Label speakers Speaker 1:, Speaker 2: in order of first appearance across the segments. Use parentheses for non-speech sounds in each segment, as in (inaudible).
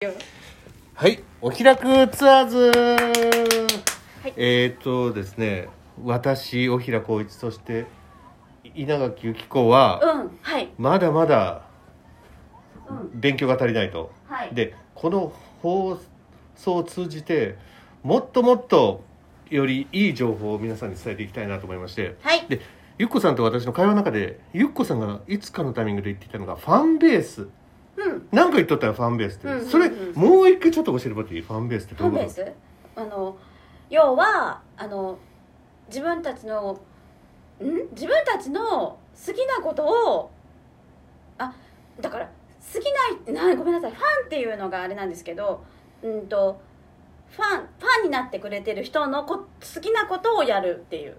Speaker 1: よ
Speaker 2: はい、お開くツアーズ、
Speaker 1: はい
Speaker 2: えーっとですね、私、おひらこういち、そして稲垣由紀子は、
Speaker 1: うんはい
Speaker 2: まだまだ
Speaker 1: うん
Speaker 2: 勉強が足りないと。
Speaker 1: はい
Speaker 2: で、この放送を通じて、もっともっとよりいい情報を皆さんに伝えていきたいなと思いまして、
Speaker 1: はい
Speaker 2: で、ゆっこさんと私の会話の中で、ゆっこさんがいつかのタイミングで言っていたのが、ファンベース。
Speaker 1: うん
Speaker 2: なんか言っとったらファンベースって、
Speaker 1: うんうんうん
Speaker 2: それもう一回ちょっと教えてもらっていいファンベースって
Speaker 1: フ
Speaker 2: どう
Speaker 1: ァ
Speaker 2: いう
Speaker 1: ン
Speaker 2: こ
Speaker 1: ベ
Speaker 2: と
Speaker 1: ースあの要はあの自分たちのん自分たちの好きなことをあだから好きななごめんなさいファンっていうのがあれなんですけどうんとファンファンになってくれてる人のこ好きなことをやるっていう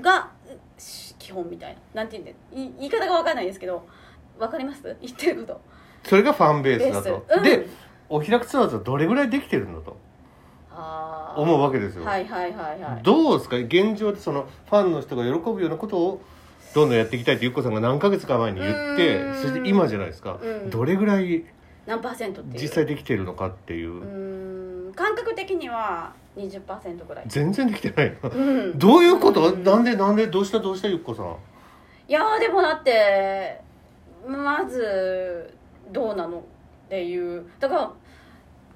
Speaker 1: がし基本みたいななんて言うんでい言い方が分かんないですけど分かります言ってること
Speaker 2: それがファンベースだと
Speaker 1: ベースうん
Speaker 2: でお開くツアーズはどれぐらいできてるのと
Speaker 1: あー
Speaker 2: 思うわけですよ、
Speaker 1: はいはいはいはい
Speaker 2: どうですか現状でそのファンの人が喜ぶようなことをどんどんやっていきたいってゆっこさんが何ヶ月か前に言っ
Speaker 1: う
Speaker 2: て
Speaker 1: ーん
Speaker 2: そして今じゃないですか、
Speaker 1: うん
Speaker 2: どれぐらい
Speaker 1: 何パーセントっていう
Speaker 2: 実際できてるのかっていう、
Speaker 1: うーん感覚的には20%ぐらい、
Speaker 2: 全然できてないな
Speaker 1: うん、
Speaker 2: どういうこと、
Speaker 1: うん
Speaker 2: なんでなんでどうしたどうしたゆっこさん
Speaker 1: いやーでもだってまずどうなのっていうだから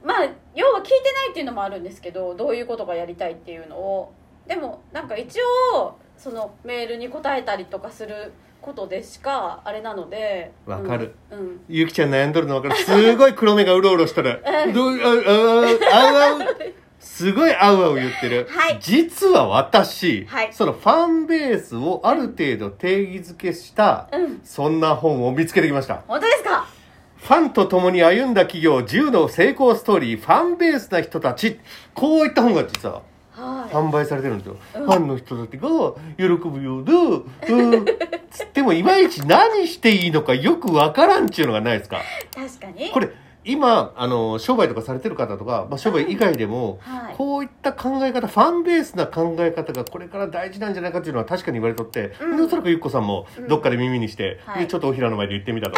Speaker 1: まあ要は聞いてないっていうのもあるんですけどどういうことがやりたいっていうのをでもなんか一応そのメールに答えたりとかすることでしかあれなので
Speaker 2: わかる、
Speaker 1: うんうん
Speaker 2: ゆきちゃん悩んどるの分かるすごい黒目がうろうろ
Speaker 1: (laughs)
Speaker 2: したら
Speaker 1: うん
Speaker 2: どうああああうあうすごいあうあう言ってる、
Speaker 1: はい
Speaker 2: 実は私、
Speaker 1: はい
Speaker 2: そのファンベースをある程度定義づけした、
Speaker 1: うん
Speaker 2: そんな本を見つけてきました
Speaker 1: 本当ですか
Speaker 2: ファンと共に歩んだ企業10の成功ストーリーファンベースな人たちこういった本が実は
Speaker 1: はい
Speaker 2: 販売されてるんですよ、
Speaker 1: うん
Speaker 2: ファンの人たちが喜ぶようなうんつってもいまいち何していいのかよくわからんっちゅうのがないですか
Speaker 1: 確かに
Speaker 2: これ今あの商売とかされてる方とか、まあ、商売以外でも、
Speaker 1: はい
Speaker 2: こういった考え方ファンベースな考え方がこれから大事なんじゃないかっていうのは確かに言われとって、
Speaker 1: うん
Speaker 2: でおそらくゆっこさんも
Speaker 1: うん
Speaker 2: どっかで耳にして、
Speaker 1: はい
Speaker 2: でちょっとおひらの前で言ってみたと、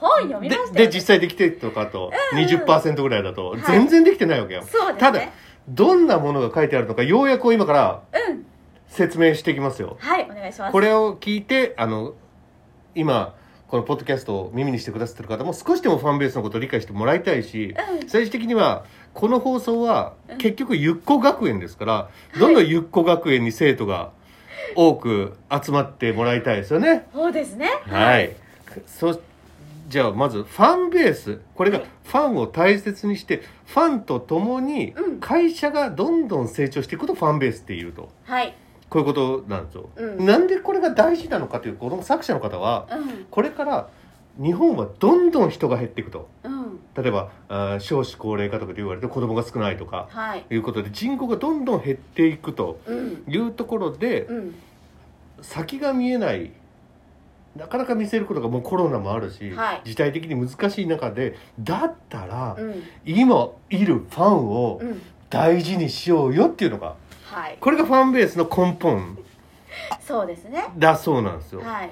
Speaker 1: 本読みましたよ、ね、
Speaker 2: でで実際できてるとかと、20%ぐらいだと、
Speaker 1: はい
Speaker 2: 全然できてないわけよ、
Speaker 1: そうですね
Speaker 2: ただどんなものが書いてあるのかようやく今から
Speaker 1: うん
Speaker 2: 説明していきますよ
Speaker 1: はいお願いします
Speaker 2: これを聞いてあの今このポッドキャストを耳にしてくださってる方も少しでもファンベースのことを理解してもらいたいし、
Speaker 1: うん
Speaker 2: 最終的にはこの放送は
Speaker 1: うん
Speaker 2: 結局ゆっこ学園ですから、どんどんゆっこ学園に生徒が多く集まってもらいたいですよね。
Speaker 1: そうですね
Speaker 2: はい、そじゃあまずファンベースこれが
Speaker 1: はい
Speaker 2: ファンを大切にしてファンと共に
Speaker 1: うん
Speaker 2: 会社がどんどん成長していくことをファンベースっていうと。
Speaker 1: はい
Speaker 2: こういうことなんですよ、
Speaker 1: うん
Speaker 2: なんでこれが大事なのかというこの作者の方は
Speaker 1: うん
Speaker 2: これから日本はどんどん人が減っていくと
Speaker 1: うん
Speaker 2: 例えばあー少子高齢化とかで言われて子供が少ないとか
Speaker 1: はい
Speaker 2: いうことで人口がどんどん減っていくと
Speaker 1: うん
Speaker 2: いうところで
Speaker 1: うん
Speaker 2: 先が見えないなかなか見せることがもうコロナもあるし、
Speaker 1: はい
Speaker 2: 時代的に難しい中でだったら
Speaker 1: うん
Speaker 2: 今いるファンを
Speaker 1: うん
Speaker 2: 大事にしようよっていうのが
Speaker 1: はい
Speaker 2: これがファンベースの根本
Speaker 1: そうですね
Speaker 2: だそうなんですよ。
Speaker 1: はい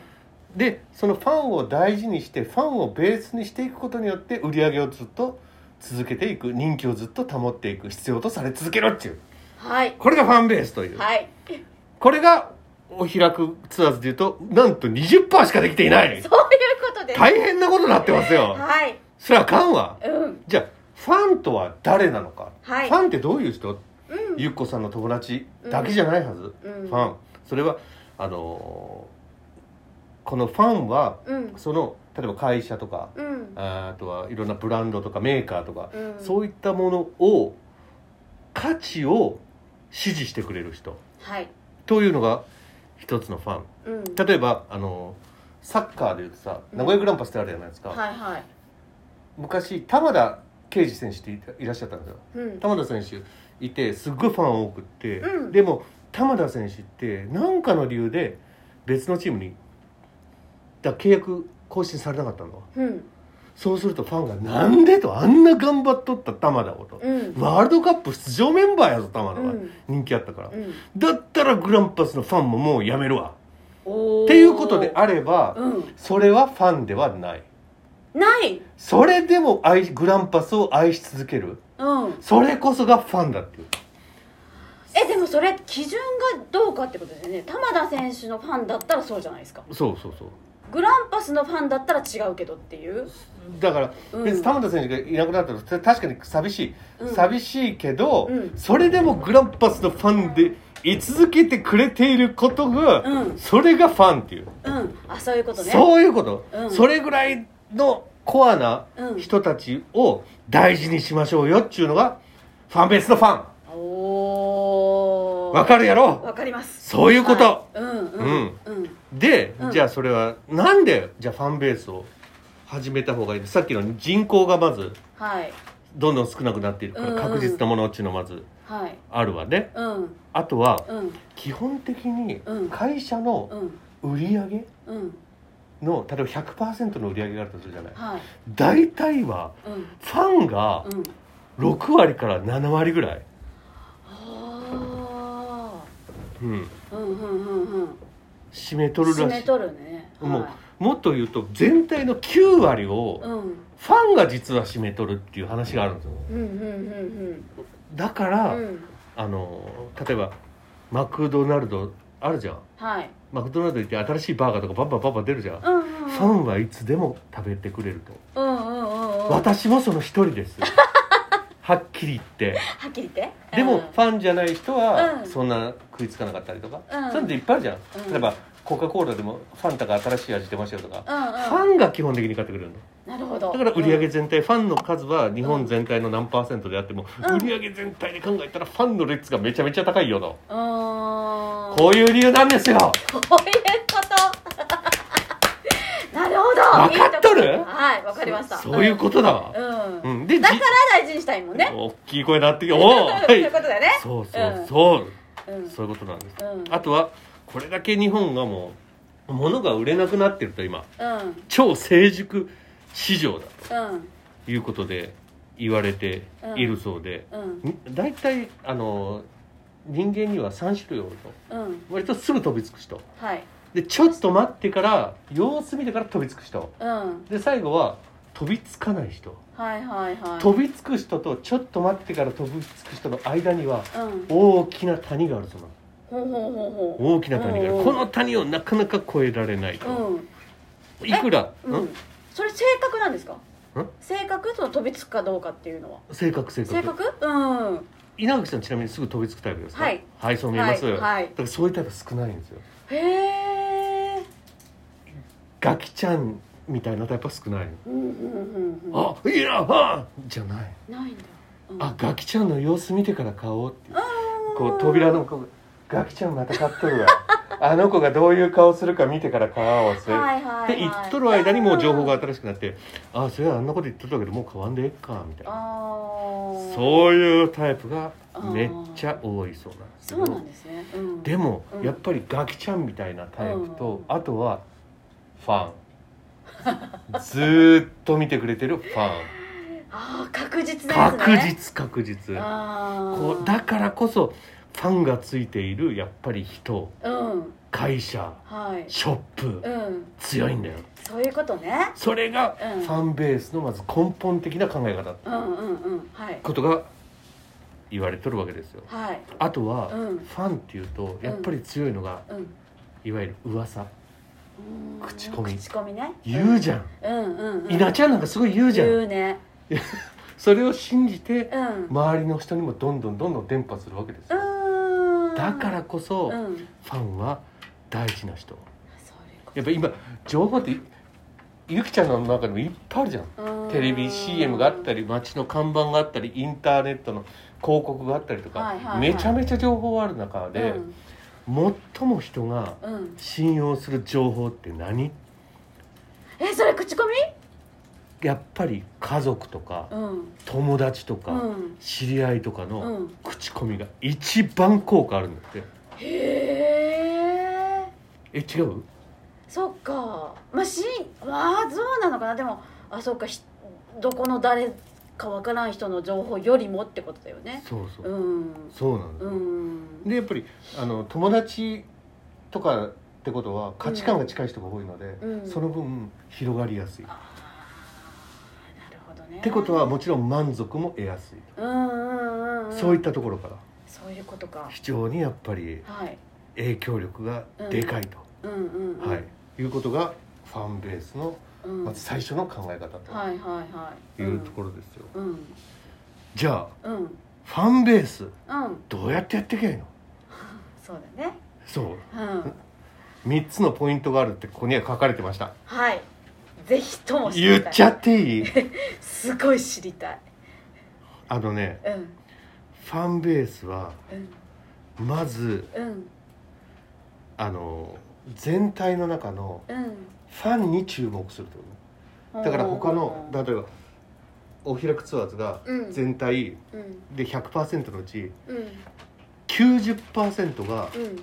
Speaker 2: でそのファンを大事にしてファンをベースにしていくことによって売り上げをずっと続けていく人気をずっと保っていく必要とされ続けるっていう
Speaker 1: はい
Speaker 2: これがファンベースという、
Speaker 1: はい
Speaker 2: これがお開くツアーズでいうとなんと20%しかできていない
Speaker 1: そういうことです
Speaker 2: 大変なことになってますよ
Speaker 1: はい
Speaker 2: それはあかんわ
Speaker 1: うん
Speaker 2: じゃあファンとは誰なのか、
Speaker 1: はい
Speaker 2: ファンってどういう人、
Speaker 1: うん
Speaker 2: ゆっこさんの友達だけじゃないはず、
Speaker 1: うん
Speaker 2: ファンそれはあのーこのファンは
Speaker 1: うん
Speaker 2: その例えば会社とか
Speaker 1: うん
Speaker 2: あーあとはいろんなブランドとかメーカーとか、
Speaker 1: うん
Speaker 2: そういったものを価値を支持してくれる人
Speaker 1: はい
Speaker 2: というのが一つのファン
Speaker 1: うん
Speaker 2: 例えばあのサッカーでいうとさ
Speaker 1: うん
Speaker 2: 名古屋グランパスってあるじゃないですか、
Speaker 1: はいはい昔
Speaker 2: 玉田圭司選手っていたいらっしゃったんですよ
Speaker 1: うん
Speaker 2: 玉田選手いてすっごいファン多くって、
Speaker 1: うん
Speaker 2: でも玉田選手って何かの理由で別のチームにだ契約更新されなかったの
Speaker 1: うん
Speaker 2: そうするとファンが「なんで?」と「あんな頑張っとった玉田を」と
Speaker 1: うん
Speaker 2: 「ワールドカップ出場メンバーやぞ玉田は
Speaker 1: うん
Speaker 2: 人気あったから
Speaker 1: うん
Speaker 2: だったらグランパスのファンももうやめるわ」
Speaker 1: おー
Speaker 2: っていうことであれば
Speaker 1: うん
Speaker 2: それはファンではない
Speaker 1: ない
Speaker 2: それでも愛グランパスを愛し続ける
Speaker 1: うん
Speaker 2: それこそがファンだっていう
Speaker 1: えでもそれ基準がどうかってことですよね玉田選手のファンだったらそうじゃないですか
Speaker 2: そうそうそう
Speaker 1: グランパスのファンだったら違うけどっていう
Speaker 2: だから
Speaker 1: うん
Speaker 2: 別に田田選手がいなくなったらそれ確かに寂しい、
Speaker 1: うん
Speaker 2: 寂しいけど、
Speaker 1: うん
Speaker 2: それでもグランパスのファンで居続けてくれていることが、
Speaker 1: うん
Speaker 2: それがファンっていう、
Speaker 1: うんあそういうことね
Speaker 2: そういうこと、
Speaker 1: うん
Speaker 2: それぐらいのコアな
Speaker 1: うん
Speaker 2: 人たちを大事にしましょうよっちゅうのがファンベースのファ
Speaker 1: お
Speaker 2: ン
Speaker 1: お
Speaker 2: わかるやろ
Speaker 1: わかります
Speaker 2: そういうこと
Speaker 1: はいうんうんうん
Speaker 2: で、
Speaker 1: うん
Speaker 2: じゃあそれはなんでじゃあファンベースを始めた方がいいさっきの人口がまず
Speaker 1: はい
Speaker 2: どんどん少なくなっているから
Speaker 1: うんうん
Speaker 2: 確実なものっちゅうのまず
Speaker 1: はい
Speaker 2: あるわね
Speaker 1: うん
Speaker 2: あとは
Speaker 1: うん
Speaker 2: 基本的に
Speaker 1: うん
Speaker 2: 会社
Speaker 1: う
Speaker 2: の
Speaker 1: ん
Speaker 2: 売り上げ
Speaker 1: うん
Speaker 2: の例えば100%の売り上げがあるとするじゃない
Speaker 1: はい
Speaker 2: 大体は
Speaker 1: うん
Speaker 2: ファンが
Speaker 1: うん
Speaker 2: 6割から7割ぐらい、
Speaker 1: あ
Speaker 2: うん、
Speaker 1: ーうんうんうんうん
Speaker 2: 締めとる
Speaker 1: 締
Speaker 2: ら
Speaker 1: め
Speaker 2: しい
Speaker 1: とるね
Speaker 2: もう
Speaker 1: は
Speaker 2: もっと言うと全体の9割
Speaker 1: い
Speaker 2: を
Speaker 1: うん
Speaker 2: ファンが実は締めとるっていう話があるんですよ
Speaker 1: うんうんうん
Speaker 2: だか
Speaker 1: う
Speaker 2: ら、
Speaker 1: んうん
Speaker 2: あの例えばマクドナルドあるじゃん
Speaker 1: はい
Speaker 2: マクドナルド行って新しいバーガーとかバンバンバンバン出るじゃん、
Speaker 1: うんうん
Speaker 2: ファンはいつでも食べてくれると、
Speaker 1: うんうんうんうんは
Speaker 2: 私もその一人です
Speaker 1: (laughs)
Speaker 2: はっきり言って
Speaker 1: っきり言って
Speaker 2: でも、
Speaker 1: うん
Speaker 2: ファンじゃない人は
Speaker 1: うん
Speaker 2: そんな食いつかなかったりとか、
Speaker 1: うん
Speaker 2: そういうのっていっぱいあるじゃん、
Speaker 1: うん
Speaker 2: 例えばコカ・コーラでもファンタが新しい味出ましたよとか、
Speaker 1: うんうん
Speaker 2: ファンが基本的に買ってくれるの
Speaker 1: なるほど
Speaker 2: だから売り上げ全体、ファンの数は日本全体の何パーセントであっても、
Speaker 1: うん
Speaker 2: 売り上げ全体で考えたらファンの率がめちゃめちゃ高いよと、
Speaker 1: うんこ
Speaker 2: こういう理由なんですよ
Speaker 1: こういうことなるほど
Speaker 2: わかっとる
Speaker 1: いいこはいわかりました
Speaker 2: そういうことだ
Speaker 1: う
Speaker 2: わ、
Speaker 1: ん、
Speaker 2: う
Speaker 1: うん
Speaker 2: んで
Speaker 1: だか
Speaker 2: じ
Speaker 1: ら大事にしたいもんね
Speaker 2: 大きい声なって
Speaker 1: (laughs)
Speaker 2: きておおは
Speaker 1: そうい
Speaker 2: いう
Speaker 1: ことだよね
Speaker 2: そうそうそう、
Speaker 1: うん
Speaker 2: そういうことなんです、
Speaker 1: うん
Speaker 2: あとはこれだけ日本がもう物が売れなくなってると今
Speaker 1: うん
Speaker 2: 超成熟市場だ
Speaker 1: うん
Speaker 2: ということで言われているそうで、
Speaker 1: うん
Speaker 2: に大体あの人間には3種類おると
Speaker 1: うん
Speaker 2: 割とすぐ飛びつく人
Speaker 1: はい
Speaker 2: でちょっと待ってから様子見てから飛びつく人
Speaker 1: うん
Speaker 2: で最後は飛びつかない人
Speaker 1: はいはいはい
Speaker 2: 飛びつく人とちょっと待ってから飛びつく人の間には
Speaker 1: うん
Speaker 2: 大きな谷があるそうなんです
Speaker 1: ほうほうほうほ
Speaker 2: 大きな谷があ
Speaker 1: うんう
Speaker 2: る
Speaker 1: ん
Speaker 2: この谷をなかなか越えられないと、
Speaker 1: ううん
Speaker 2: いくら、
Speaker 1: うんんそれ性格なんですか性格その飛びつくかどうかっていうのは
Speaker 2: 性格性格
Speaker 1: 性格うん
Speaker 2: 稲垣さんちなみにすぐ飛びつくタイプですか
Speaker 1: はい
Speaker 2: はいそう見えます、
Speaker 1: はいはい
Speaker 2: だからそういうタイプ少ないんですよ
Speaker 1: へえ
Speaker 2: ガキちゃんみたいなタイプは少ない、
Speaker 1: うんうんうんうん
Speaker 2: あいいなあじゃない
Speaker 1: ないんだうん
Speaker 2: あガキちゃんの様子見てから買おうっていうこう扉のこうガキちゃんまた買っと
Speaker 1: (laughs)
Speaker 2: るわあの子がどういう顔するか見てから買おうそれ
Speaker 1: はいはい、はい、
Speaker 2: で言っとる間にもう情報が新しくなってああそれはあんなこと言っとったけどもう買わんでええかみたいな
Speaker 1: あー
Speaker 2: そういうタイプがめっちゃ多いそうなんですけ
Speaker 1: そうな
Speaker 2: ど
Speaker 1: んですね、うん、
Speaker 2: でも、
Speaker 1: うん
Speaker 2: やっぱりガキちゃんみたいなタイプと、
Speaker 1: う
Speaker 2: あとはフ
Speaker 1: (laughs)
Speaker 2: ァンずーっと見てくれてるファン
Speaker 1: あー確実ですね
Speaker 2: 確実確実
Speaker 1: あ
Speaker 2: こうだからこそファンがついているやっぱり人
Speaker 1: らうん
Speaker 2: 会社
Speaker 1: はい
Speaker 2: ショップ
Speaker 1: うん
Speaker 2: 強いんだよ
Speaker 1: そういうことね
Speaker 2: それが
Speaker 1: うん
Speaker 2: ファンベースのまず根本的な考え方
Speaker 1: うんうんうんはい
Speaker 2: ことが言われとるわけですよ
Speaker 1: はい
Speaker 2: あとは、
Speaker 1: うん
Speaker 2: ファンっていうとやっぱり強いのが、
Speaker 1: うん
Speaker 2: いわゆる噂
Speaker 1: うーん
Speaker 2: 口コミ
Speaker 1: 口コミね
Speaker 2: 言うじゃん、
Speaker 1: うんうんうん
Speaker 2: 稲ちゃんなんかすごい言うじゃん、
Speaker 1: 言うね
Speaker 2: それを信じて
Speaker 1: うんう
Speaker 2: 周りの人にもどんどんどんどん伝播するわけですよ、
Speaker 1: ーん
Speaker 2: だからこそ、
Speaker 1: う
Speaker 2: フ
Speaker 1: ん
Speaker 2: ァンは大事な人
Speaker 1: そういうこ
Speaker 2: やっぱ今情報ってゆきちゃんの中でもいっぱいあるじゃん
Speaker 1: とうーん
Speaker 2: テレビ CM があったり街の看板があったりインターネットの広告があったりとか、
Speaker 1: はいはいはい
Speaker 2: めちゃめちゃ情報ある中で、最も人が
Speaker 1: うんうん
Speaker 2: 信用する情報って何
Speaker 1: えそれ口コミ
Speaker 2: やっぱり家族とか
Speaker 1: うん
Speaker 2: 友達とか、
Speaker 1: うん
Speaker 2: 知り合いとか
Speaker 1: う
Speaker 2: の
Speaker 1: ん
Speaker 2: 口コミが一番効果あるんだって、
Speaker 1: へえ
Speaker 2: え違う
Speaker 1: そっかまあしまあそうなのかなでもあそっかひどこの誰かわからん人の情報よりもってことだよね
Speaker 2: そうそう、
Speaker 1: うん
Speaker 2: そうなんだ
Speaker 1: う
Speaker 2: よ、
Speaker 1: ん
Speaker 2: でやっぱりあの友達とかってことは価値観が近い人が多いので、
Speaker 1: うん
Speaker 2: その分広がりやすい、
Speaker 1: あ
Speaker 2: ってことはもちろん満足も得やすい、
Speaker 1: うんうんうん、うん、
Speaker 2: そういったところから
Speaker 1: そういうことか
Speaker 2: 非常にやっぱり
Speaker 1: はい
Speaker 2: 影響力がでかいと、
Speaker 1: うんうん、うん、
Speaker 2: はい、いうことがファンベースの
Speaker 1: うん、
Speaker 2: まず最初の考え方
Speaker 1: はいはいは
Speaker 2: と
Speaker 1: い
Speaker 2: いうところですよ、
Speaker 1: ろうん
Speaker 2: じゃあ
Speaker 1: うんうん、
Speaker 2: ファンベース
Speaker 1: うん、
Speaker 2: どうやってやっていけばいいの
Speaker 1: そうだね
Speaker 2: そう
Speaker 1: うん
Speaker 2: 3つのポイントがあるってここには書かれてました
Speaker 1: はいぜひとも知
Speaker 2: 言
Speaker 1: りた
Speaker 2: っ
Speaker 1: い
Speaker 2: ちゃって
Speaker 1: (laughs)
Speaker 2: いい
Speaker 1: すごい知りたい
Speaker 2: あのね
Speaker 1: うん
Speaker 2: ファンベースは
Speaker 1: うん
Speaker 2: まず
Speaker 1: うん
Speaker 2: あの全体の中の
Speaker 1: うん
Speaker 2: ファンに注目するってことだから他の例えばお開くツアーズが
Speaker 1: うん
Speaker 2: 全体
Speaker 1: うん
Speaker 2: で100%のうち
Speaker 1: うん
Speaker 2: 90%が
Speaker 1: うん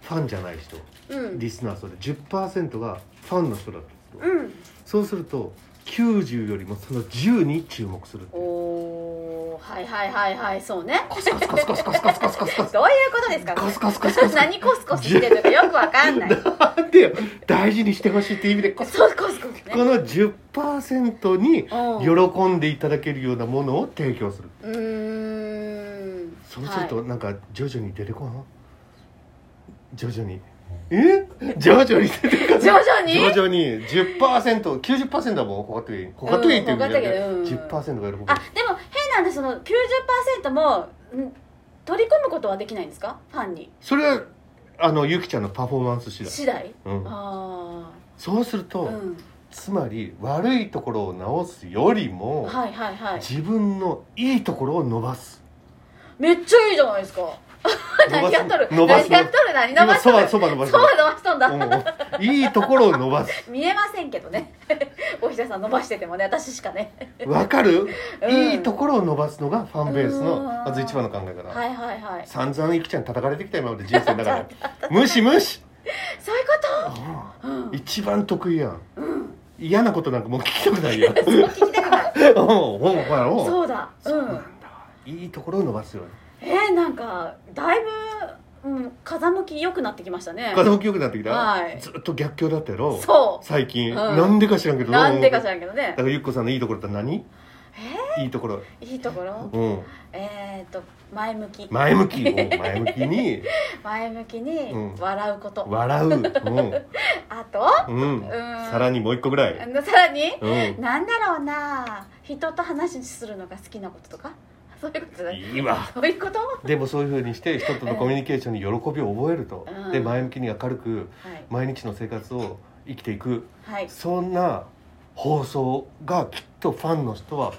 Speaker 2: ファンじゃない人
Speaker 1: うん
Speaker 2: リスナーそれ10%がファンの人だったんですよ
Speaker 1: うん
Speaker 2: そうすると90よりもその10に注目するっていう
Speaker 1: おーはいはいはいはいそうね
Speaker 2: コスコスコスコスコスコスコスコスコス
Speaker 1: (laughs) どういうことですか
Speaker 2: コスコスコスコス
Speaker 1: 何コスコスしてるのかよくわかんない
Speaker 2: なんでよ大事にしてほしいっていう意味でこ
Speaker 1: そうコスコス
Speaker 2: こ
Speaker 1: ね
Speaker 2: の10%に
Speaker 1: うん
Speaker 2: 喜んでいただけるようなものを提供する
Speaker 1: うーん
Speaker 2: そうする
Speaker 1: は
Speaker 2: となんか徐々に出てこん徐々にえ徐々に出てこん
Speaker 1: い徐々に
Speaker 2: 徐々に 10%90% はもうほかっていいほかっていいっていうんじゃなくて
Speaker 1: うんほか
Speaker 2: 10%が喜ぶ
Speaker 1: あでも変なんでその90%もん取り込むことはできないんですかファンに
Speaker 2: それはあのゆきちゃんのパフォーマンス次第、
Speaker 1: 次第
Speaker 2: うん、
Speaker 1: あ
Speaker 2: そうすると、
Speaker 1: あうん
Speaker 2: つまり悪いところを直すよりも、
Speaker 1: はいはいはい
Speaker 2: 自分のいいところを伸ば
Speaker 1: (laughs)
Speaker 2: す
Speaker 1: めっちゃいいじゃないですか何やっとる
Speaker 2: 伸
Speaker 1: 何
Speaker 2: ばす
Speaker 1: やっとる何伸ば
Speaker 2: 今
Speaker 1: し
Speaker 2: そ
Speaker 1: と
Speaker 2: ば
Speaker 1: る
Speaker 2: そば伸ば
Speaker 1: そう
Speaker 2: す
Speaker 1: 伸ばしとんだ
Speaker 2: うんいいところを伸ばす
Speaker 1: 見えませんけどね (laughs) おひささん伸ばしててもね私しかね
Speaker 2: わかる、
Speaker 1: うん
Speaker 2: いいところを伸ばすのがファンベースの
Speaker 1: うん
Speaker 2: まず一番の考え方、
Speaker 1: はいはいはい
Speaker 2: 散々いきちゃん叩かれてきた今まで人生
Speaker 1: (laughs)
Speaker 2: だから無視無視
Speaker 1: そういうこ
Speaker 2: (laughs)
Speaker 1: とうん
Speaker 2: うん一番得意やん
Speaker 1: うん
Speaker 2: 嫌なことなんかもう聞きたくないやん
Speaker 1: (laughs) そう聞きたくない
Speaker 2: おうおうおうおう
Speaker 1: そうだう
Speaker 2: そうなんんだいいところを伸ばすように
Speaker 1: えー、なんかだいぶ、うん、風向き良くなってきましたね
Speaker 2: 風も清くなってきた、
Speaker 1: はい
Speaker 2: ずっと逆境だったやろ
Speaker 1: そ
Speaker 2: 最近、
Speaker 1: うん
Speaker 2: なんでか知らんけ
Speaker 1: う
Speaker 2: ど
Speaker 1: なんでか知
Speaker 2: らん
Speaker 1: らんけどね
Speaker 2: だからゆっこさんのいいところって何いいところ
Speaker 1: えー、いいところ
Speaker 2: うん
Speaker 1: えっ、ー、と前向き
Speaker 2: 前向
Speaker 1: (laughs)
Speaker 2: きうん前向きに
Speaker 1: 前向きに
Speaker 2: うん
Speaker 1: 笑うこと、
Speaker 2: 笑う、う
Speaker 1: あと
Speaker 2: んうん、さらにもう一個ぐら
Speaker 1: あ
Speaker 2: い、
Speaker 1: のさらに
Speaker 2: うん、
Speaker 1: なんだろうな人と話するのが好きなこととかそういうことだね
Speaker 2: いいわ
Speaker 1: そういうことは
Speaker 2: でもそういうふうにして人とのコミュニケーションに喜びを覚えると、
Speaker 1: うん
Speaker 2: で前向きに明るく
Speaker 1: い、
Speaker 2: 毎日の生活を生きていく
Speaker 1: はい、
Speaker 2: そんな放送がきっとファンの人は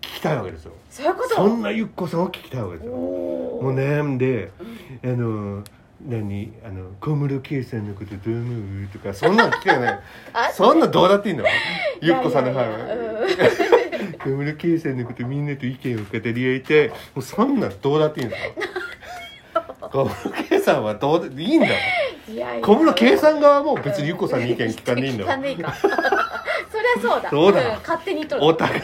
Speaker 2: 聞きたいわけですよ
Speaker 1: そういうこと
Speaker 2: そんなゆっこさんを聞きたいわけですよ
Speaker 1: お
Speaker 2: もう
Speaker 1: お、
Speaker 2: 悩んで
Speaker 1: うん
Speaker 2: あの何あの小室圭さんのことどう思うとかそんなの聞きたくない
Speaker 1: (laughs) あ
Speaker 2: そんなどうだっていいんだよゆっこさんの
Speaker 1: い
Speaker 2: フ
Speaker 1: やいやいや
Speaker 2: ァン
Speaker 1: うん
Speaker 2: 小室圭さんのことみんなと意見を語り合いてもうそんなんどうだっていいんだよ小室圭さんはどうでいいんだよ
Speaker 1: いやいや
Speaker 2: 小室圭さん側はもう別にゆっこさんの意見聞かんでいいんだ
Speaker 1: 聞か
Speaker 2: よ
Speaker 1: ねえか (laughs) そりゃそうだ
Speaker 2: そうだ
Speaker 1: ん勝手に言っとる
Speaker 2: お互い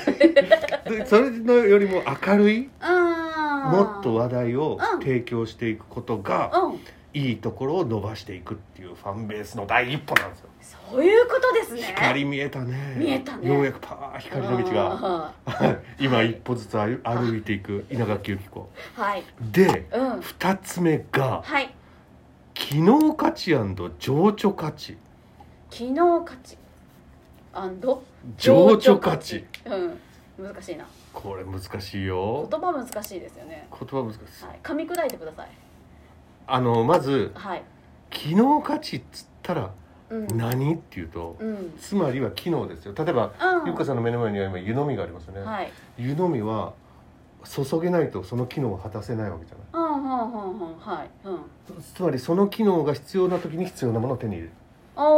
Speaker 2: でそれのよりも明るい
Speaker 1: うん
Speaker 2: もっと話題を
Speaker 1: うん
Speaker 2: 提供していくことが
Speaker 1: うん
Speaker 2: いいところを伸ばしていくっていうファンベースの第一歩なんですよ
Speaker 1: そういうことですね
Speaker 2: 光見えたね
Speaker 1: 見えたね
Speaker 2: ようやくパー光の道が
Speaker 1: が
Speaker 2: (laughs) 今一歩ずつ歩歩いていく稲垣由紀子
Speaker 1: はい
Speaker 2: で
Speaker 1: うん
Speaker 2: 2つ目が
Speaker 1: はい
Speaker 2: 機能価値情緒価値
Speaker 1: 昨日勝ちアンド
Speaker 2: 情緒価値
Speaker 1: うん難しいな
Speaker 2: これ難しいよ
Speaker 1: 言葉難しいですよね
Speaker 2: 言葉難しい
Speaker 1: はい噛み砕いてください
Speaker 2: あのまず
Speaker 1: はい
Speaker 2: 機能価値っつったら
Speaker 1: うん
Speaker 2: 何っていうと
Speaker 1: うん
Speaker 2: つまりは機能ですよ例えば
Speaker 1: うん
Speaker 2: ゆっかさんの目の前には今湯飲みがありますよね、
Speaker 1: はい
Speaker 2: 湯飲みは注げないとその機能を果たせないわけじゃない
Speaker 1: うんうんうんうんはいうん
Speaker 2: つまりその機能が必要な時に必要なものを手に入れる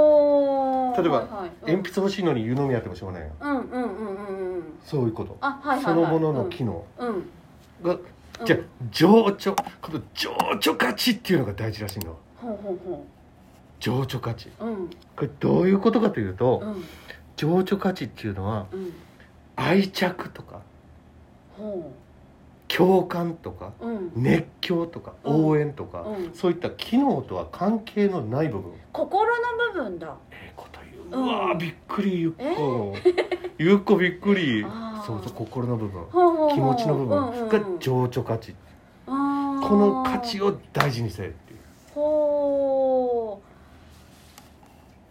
Speaker 1: おー
Speaker 2: 例えば
Speaker 1: はいはいうん
Speaker 2: 鉛筆欲しいのに湯飲みやってもしょうがないよ
Speaker 1: うんうんうんうんうん
Speaker 2: そういうこと
Speaker 1: あはいはいはい
Speaker 2: そのものの機能
Speaker 1: うんうん
Speaker 2: が、
Speaker 1: うん
Speaker 2: じゃあ情緒この情緒価値っていうのが大事らしいの
Speaker 1: ほうほうほ
Speaker 2: 情緒価値
Speaker 1: ううん
Speaker 2: これどういうことかというと、
Speaker 1: うん
Speaker 2: 情緒価値っていうのは
Speaker 1: うん
Speaker 2: 愛着とか
Speaker 1: ほ
Speaker 2: 共感とか
Speaker 1: ううん
Speaker 2: 熱狂とか
Speaker 1: うん
Speaker 2: 応援とか、
Speaker 1: うん
Speaker 2: そういった機能とは関係のない部分
Speaker 1: 心の部分だ
Speaker 2: ええこと言う
Speaker 1: うん
Speaker 2: うわーびっくりゆっ
Speaker 1: え
Speaker 2: こ、ゆっこびっくり
Speaker 1: あー
Speaker 2: そうそう心の部分
Speaker 1: ほうほうほう
Speaker 2: 気持ちの部分が情緒価値この価値
Speaker 1: を
Speaker 2: を大事にせえっていう
Speaker 1: ほ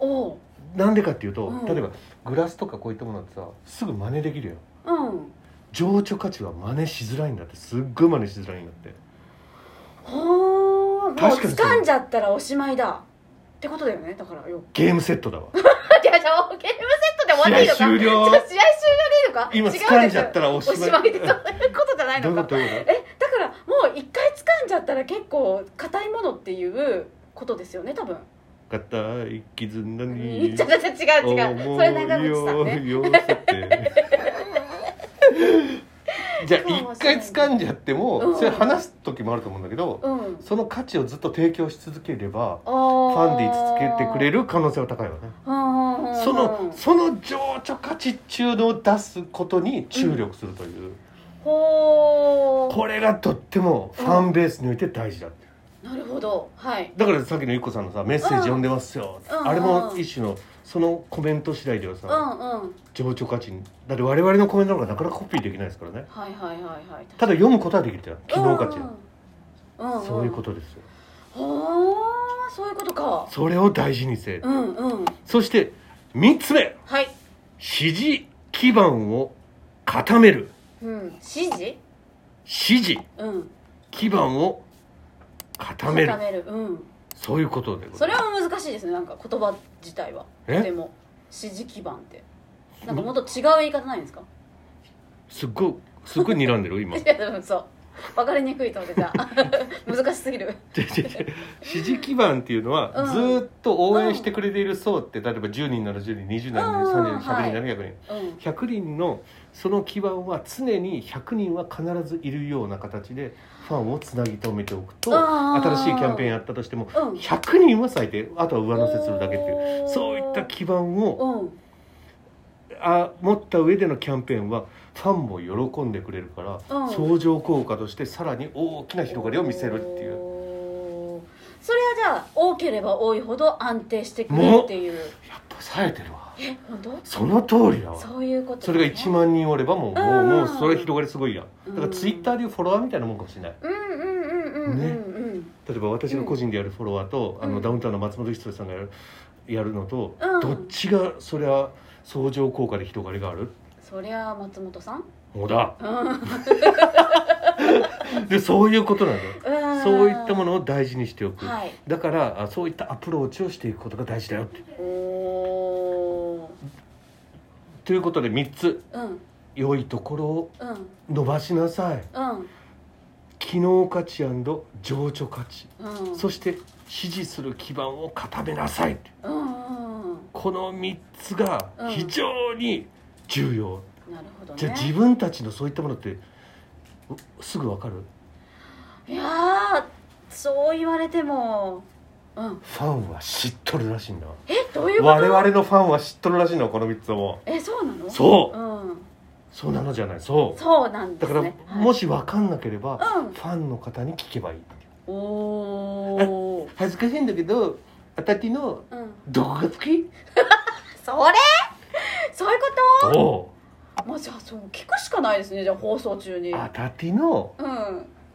Speaker 1: うおう
Speaker 2: なんでかっていうと、
Speaker 1: うん
Speaker 2: 例えばグラスとかこういったものってさすぐ真似できるよ
Speaker 1: うん
Speaker 2: 情緒価値は真似しづらいんだってすっごい真似しづらいんだって
Speaker 1: ほうもう
Speaker 2: 確かにそう
Speaker 1: 掴んじゃったらおしまいだってことだよねだからよ
Speaker 2: ゲームセット
Speaker 1: (laughs)
Speaker 2: だわ
Speaker 1: じゃあじゃあゲームセットで終わっていい
Speaker 2: 試
Speaker 1: の
Speaker 2: 合終
Speaker 1: かちょ
Speaker 2: 了
Speaker 1: っと試合終了でいいのか
Speaker 2: 今
Speaker 1: 違うでしょ
Speaker 2: 掴んじゃったらお
Speaker 1: お
Speaker 2: しまい
Speaker 1: しまいでそういうことじゃない
Speaker 2: どう
Speaker 1: の
Speaker 2: いうこと
Speaker 1: か
Speaker 2: どういうこ
Speaker 1: えだからもう一回掴んじゃったら結構硬いものっていうことですよね多分
Speaker 2: と硬い絆
Speaker 1: 違う違う違
Speaker 2: に
Speaker 1: うそれ長渕さんね
Speaker 2: 思いを寄せ
Speaker 1: (laughs)
Speaker 2: てじゃあ一回掴んじゃって
Speaker 1: うん
Speaker 2: もそれ話す時もあると思うんだけど、
Speaker 1: うん
Speaker 2: その価値をずっと提供し続ければ
Speaker 1: フ
Speaker 2: ファンでい続けてくれ
Speaker 1: る
Speaker 2: る可能性は高いわね
Speaker 1: その
Speaker 2: そのその情緒価値っていうのを出すことに注力するという、
Speaker 1: ほ
Speaker 2: これがとってもファンベースにおいて大事だっていう
Speaker 1: うなるほどはい
Speaker 2: だからさっきのゆっこさんのさメッセージ読んでますよ、
Speaker 1: うん
Speaker 2: あれも一種のそのコメント次第では
Speaker 1: う
Speaker 2: さ、
Speaker 1: んうん
Speaker 2: 情緒価値にだって我々のコメントなんかなかなかコピーできないですからね
Speaker 1: はいはいはいはい
Speaker 2: ただ読むことはできるじゃん希望価値、
Speaker 1: うんうんんん
Speaker 2: そういうことですよ
Speaker 1: ほうそういうことか
Speaker 2: それを大事にせ、
Speaker 1: うんうん
Speaker 2: そして3つ目
Speaker 1: はい
Speaker 2: 支持基盤を固める
Speaker 1: うん指示
Speaker 2: 支持
Speaker 1: うん
Speaker 2: 基盤を固める
Speaker 1: 固めるうん
Speaker 2: そういうことでござ
Speaker 1: そ
Speaker 2: い
Speaker 1: れ
Speaker 2: ます
Speaker 1: は難しいですねなんか言葉自体は
Speaker 2: え
Speaker 1: でも指示基盤ってなんかもっと違う言い方ないんですか
Speaker 2: すっごいすっごい睨んでる今
Speaker 1: (laughs) いやでもそう分かりにくいと思ってじゃあ (laughs) 難しすぎる
Speaker 2: 違う違う違う支持基盤っていうのは、
Speaker 1: うん
Speaker 2: ずーっと応援してくれている層って例えば10人なら10人20なら20 30
Speaker 1: うん
Speaker 2: 人100人なら100人、
Speaker 1: うん
Speaker 2: 100人のその基盤は常に100人は必ずいるような形でファンをつなぎ止めておくと
Speaker 1: あー
Speaker 2: 新しいキャンペーンやったとしても
Speaker 1: うん
Speaker 2: 100人は最低あとは上乗せするだけってい
Speaker 1: おー
Speaker 2: うそういった基盤を
Speaker 1: うん
Speaker 2: あ持った上でのキャンペーンはファンも喜んでくれるから
Speaker 1: うん
Speaker 2: 相乗効果としてさらに大きな広がりを見せるっていう
Speaker 1: おーそれはじゃあ多ければ多いほど安定してくる
Speaker 2: もう
Speaker 1: っていう
Speaker 2: やっぱ冴えてるわ
Speaker 1: え本当
Speaker 2: その通りだわ
Speaker 1: そういうこと
Speaker 2: それが1万人おればもうもう
Speaker 1: うん
Speaker 2: もうそれ広がりすごいやだから
Speaker 1: うん
Speaker 2: ツイッターでいうフォロワーみたいなもんかもしれない
Speaker 1: うんうんうんうんうんうん
Speaker 2: 例えば私が個人でやるフォロワーと、
Speaker 1: う
Speaker 2: あ
Speaker 1: んう
Speaker 2: の
Speaker 1: ん
Speaker 2: ダウンタウンの松本人志さんがやるやるのと、
Speaker 1: うん
Speaker 2: どっちがそりゃ相乗効果で広がりがある
Speaker 1: そりゃあ松本さん
Speaker 2: もだ
Speaker 1: うん
Speaker 2: (laughs) でそういうことなのよそういったも
Speaker 1: の
Speaker 2: のを大事にしておく、
Speaker 1: はい
Speaker 2: だからあそういったアプローチをしていくことが大事だよって
Speaker 1: おお
Speaker 2: ということで3つ
Speaker 1: ーうん
Speaker 2: 良いところを
Speaker 1: うん
Speaker 2: 伸ばしなさい
Speaker 1: うん
Speaker 2: 機能価値情緒価値、
Speaker 1: うん
Speaker 2: そして支持する基盤を固めなさい
Speaker 1: うんうんうん
Speaker 2: この3つが非常に重要、
Speaker 1: なるほどね
Speaker 2: じゃあ自分たちのそういったものってうすぐ分かる
Speaker 1: いやーそう言われてもうん
Speaker 2: ファンは知っとるらしいんだわ
Speaker 1: えどういうこと
Speaker 2: 我々のファンは知っとるらしいのこの3つも
Speaker 1: えそうなの、、
Speaker 2: そううんそうなのじゃないそう
Speaker 1: そうなんで
Speaker 2: だ
Speaker 1: す
Speaker 2: か
Speaker 1: ね
Speaker 2: ら、
Speaker 1: はい
Speaker 2: もし分かんなければ、
Speaker 1: うん
Speaker 2: ファンの方に聞けばいいっていう
Speaker 1: おお
Speaker 2: 恥ずかしいんだけどあたりの
Speaker 1: うん
Speaker 2: どこが好き
Speaker 1: それそういうこ
Speaker 2: お
Speaker 1: とまあじゃあそう聞くしかないですねじゃあ放送中にう
Speaker 2: うんあたりの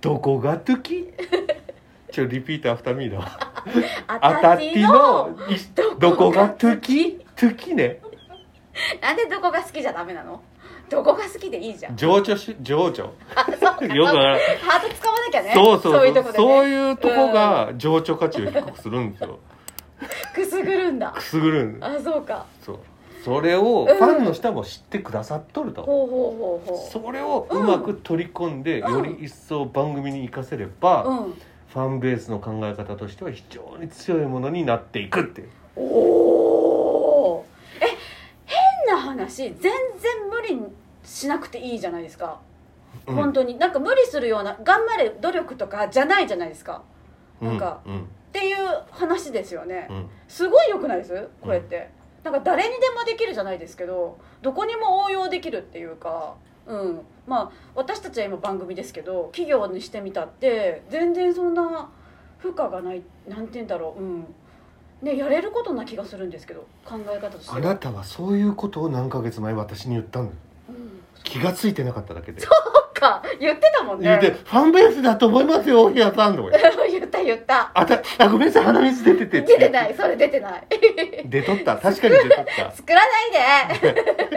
Speaker 2: どこが好き (laughs) ちょリピートアフターミーだわ
Speaker 1: あ
Speaker 2: あたりのいどこが好き好きね
Speaker 1: なんでどこが好きじゃダメなのどこが好きでいいじゃん
Speaker 2: 情緒し情緒
Speaker 1: あそうか
Speaker 2: よくわからん
Speaker 1: ハート使わなきゃね
Speaker 2: そうそう
Speaker 1: そう
Speaker 2: そ
Speaker 1: いう
Speaker 2: う
Speaker 1: とこで、ね、
Speaker 2: そういうとこが情緒価値を低くするんですよ
Speaker 1: くすぐるんだ
Speaker 2: くすぐるんです
Speaker 1: あそうか
Speaker 2: そうそれを
Speaker 1: うん
Speaker 2: ファンの人も知ってくださっとると、
Speaker 1: ほうほうほうほ
Speaker 2: それをうまく取り込んで、
Speaker 1: うん
Speaker 2: より一層番組に生かせれば、
Speaker 1: ううん
Speaker 2: ファンベースの考え方としては非常に強いものになっていくっていう
Speaker 1: おおえ変な話全然無理しなくていいじゃないですか、
Speaker 2: うん
Speaker 1: 本当になんか無理するような頑張れ努力とかじゃないじゃないですか
Speaker 2: う
Speaker 1: なんか
Speaker 2: うん
Speaker 1: っていう話ですよね、
Speaker 2: うん
Speaker 1: すごい良くないですこれって、なんか誰にでもできるじゃないですけどどこにも応用できるっていうかうんまあ私たちは今番組ですけど企業にしてみたって全然そんな負荷がないなんて言うんだろううんねやれることな気がするんですけど考え方として
Speaker 2: あ
Speaker 1: は
Speaker 2: なたはそういうことを何ヶ月前私に言ったんだよ
Speaker 1: うん、
Speaker 2: 気がついてなかっただけで
Speaker 1: そうか言ってたもんね
Speaker 2: でファンベースだと思いますよ大平さんとか言って
Speaker 1: (laughs) 言った言った
Speaker 2: あたあごめんなさい鼻水出てて
Speaker 1: 出てないそれ出てない
Speaker 2: 出とった確かに出と
Speaker 1: (laughs)
Speaker 2: った
Speaker 1: 作ら (laughs) ないで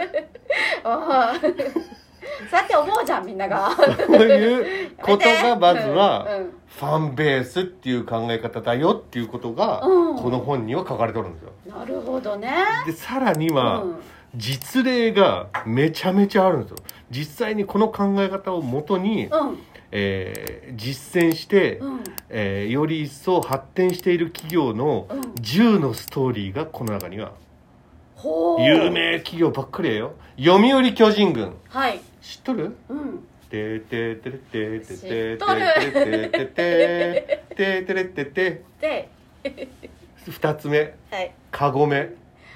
Speaker 1: (laughs) うんさて思うじゃんみんなが
Speaker 2: そういうことがまず
Speaker 1: う
Speaker 2: は
Speaker 1: ん
Speaker 2: ファンベースっていう考え方だよっていうことが
Speaker 1: うん
Speaker 2: この本には書かれてるんですよ
Speaker 1: うんなるほどね
Speaker 2: でさらには、
Speaker 1: うん
Speaker 2: 実例がめちゃめちゃあるんですよ実際にこの考え方をもとに、
Speaker 1: うん
Speaker 2: えー実践して、
Speaker 1: うん
Speaker 2: えーより一層発展している企業の
Speaker 1: うん
Speaker 2: 10のストーリーがこの中には
Speaker 1: ほう
Speaker 2: 有名企業ばっかりやよ読売巨人軍
Speaker 1: はい
Speaker 2: 知っとる
Speaker 1: うん
Speaker 2: てててれてててててててててててて
Speaker 1: で
Speaker 2: 2つ目
Speaker 1: はい
Speaker 2: カゴメ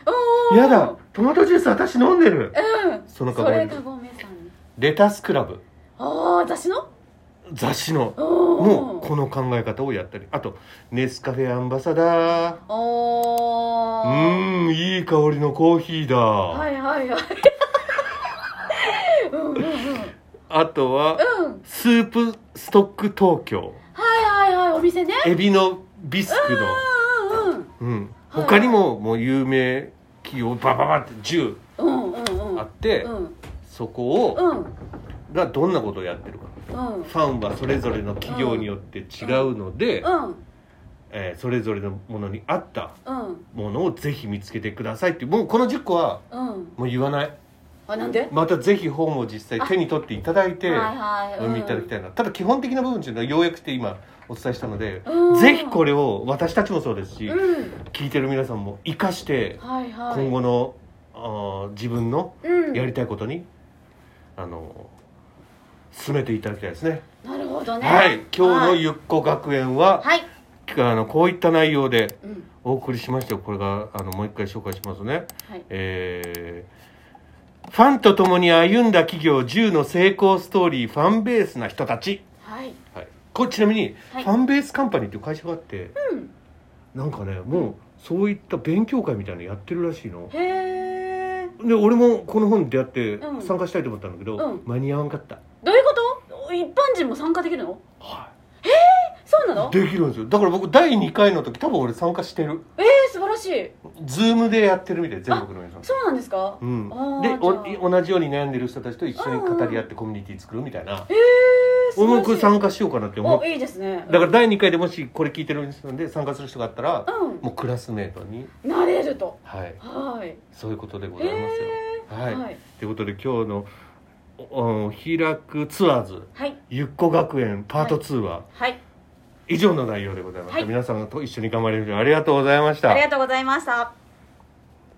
Speaker 1: おー
Speaker 2: やだトマトジュース私飲んでる
Speaker 1: うん
Speaker 2: そのカ
Speaker 1: そ
Speaker 2: ゴメ
Speaker 1: れかごめさん
Speaker 2: レタスクラブ
Speaker 1: ああ私の
Speaker 2: 雑誌の
Speaker 1: お
Speaker 2: も
Speaker 1: ー
Speaker 2: この考え方をやったりあとネスカフェアンバサダーう
Speaker 1: お
Speaker 2: ーん
Speaker 1: ー
Speaker 2: いい香りのコーヒーだ、
Speaker 1: はいはいはいうんうんうん
Speaker 2: あとは
Speaker 1: うん
Speaker 2: スープストック東京
Speaker 1: はいはいはいお店ね
Speaker 2: エビのビスクの
Speaker 1: うんうん
Speaker 2: うん
Speaker 1: はい
Speaker 2: 他にももう有名企業バババって10
Speaker 1: うんうんうんうん
Speaker 2: あって
Speaker 1: うん
Speaker 2: そこを
Speaker 1: うん
Speaker 2: がどんなことをやってるか
Speaker 1: うん
Speaker 2: ファンはそれぞれの企業によって違うので、
Speaker 1: うん
Speaker 2: えーそれぞれのものに合った
Speaker 1: うん
Speaker 2: ものをぜひ見つけてくださいっていうもうこの10個は
Speaker 1: うん
Speaker 2: もう言わない
Speaker 1: あなんで
Speaker 2: またぜひ本を実際手に取っていただいて
Speaker 1: はいはいうん
Speaker 2: 読みいただきたいな、ただ基本的な部分っていうのはようやくて今お伝えしたので、
Speaker 1: うん
Speaker 2: ぜひこれを私たちもそうですし、
Speaker 1: うん
Speaker 2: 聞いてる皆さんも生かして
Speaker 1: はいはい
Speaker 2: 今後の、あー自分の
Speaker 1: うん
Speaker 2: やりたいことに、あの進めていただきたいですね。
Speaker 1: なるほどね
Speaker 2: はい、今日の
Speaker 1: はい
Speaker 2: ゆっこ学園は、
Speaker 1: はい
Speaker 2: あのこういった内容で
Speaker 1: うん
Speaker 2: お送りしましたよこれがあのもう一回紹介しますね。
Speaker 1: はい
Speaker 2: えーファンと共に歩んだ企業10の成功ストーリーファンベースな人たち、
Speaker 1: はい
Speaker 2: はい、これちなみに、
Speaker 1: はい
Speaker 2: ファンベースカンパニーっていう会社があって、
Speaker 1: うん
Speaker 2: なんかねもうそういった勉強会みたいなのやってるらしいの
Speaker 1: へえ
Speaker 2: で俺もこの本に出会って
Speaker 1: うん
Speaker 2: 参加したいと思ったんだけど、
Speaker 1: うん
Speaker 2: 間に合わんかった、
Speaker 1: どういうこと一般人も参加できるの
Speaker 2: は
Speaker 1: そうなの
Speaker 2: い、できるんですよだから僕第2回の時多分俺参加してる
Speaker 1: えー、素晴らしい
Speaker 2: ズームでやってるみたい全国の皆さん
Speaker 1: そうなんですか
Speaker 2: うん
Speaker 1: あー
Speaker 2: で
Speaker 1: じゃ
Speaker 2: お同じように悩んでる人たちと一緒に語り合ってコミュニティ作るみたいな、
Speaker 1: えー、素
Speaker 2: 俺も
Speaker 1: 晴らし
Speaker 2: これ
Speaker 1: い
Speaker 2: 参加しようかなって思っ
Speaker 1: おいいですね
Speaker 2: だから第2回でもしこれ聞いてるんですので参加する人があったら、
Speaker 1: う
Speaker 2: もうクラスメートに、
Speaker 1: んなれると
Speaker 2: はい、
Speaker 1: はい
Speaker 2: そういうことでございますよ。
Speaker 1: へー
Speaker 2: はい
Speaker 1: はい
Speaker 2: ということで今日のおお開くツアーズ
Speaker 1: はい
Speaker 2: ゆっこ学園パート2は
Speaker 1: はい
Speaker 2: 以上の内容でございました、
Speaker 1: はい
Speaker 2: 皆さんと一緒に頑張れるようにありがとうございました。
Speaker 1: ありがとうございました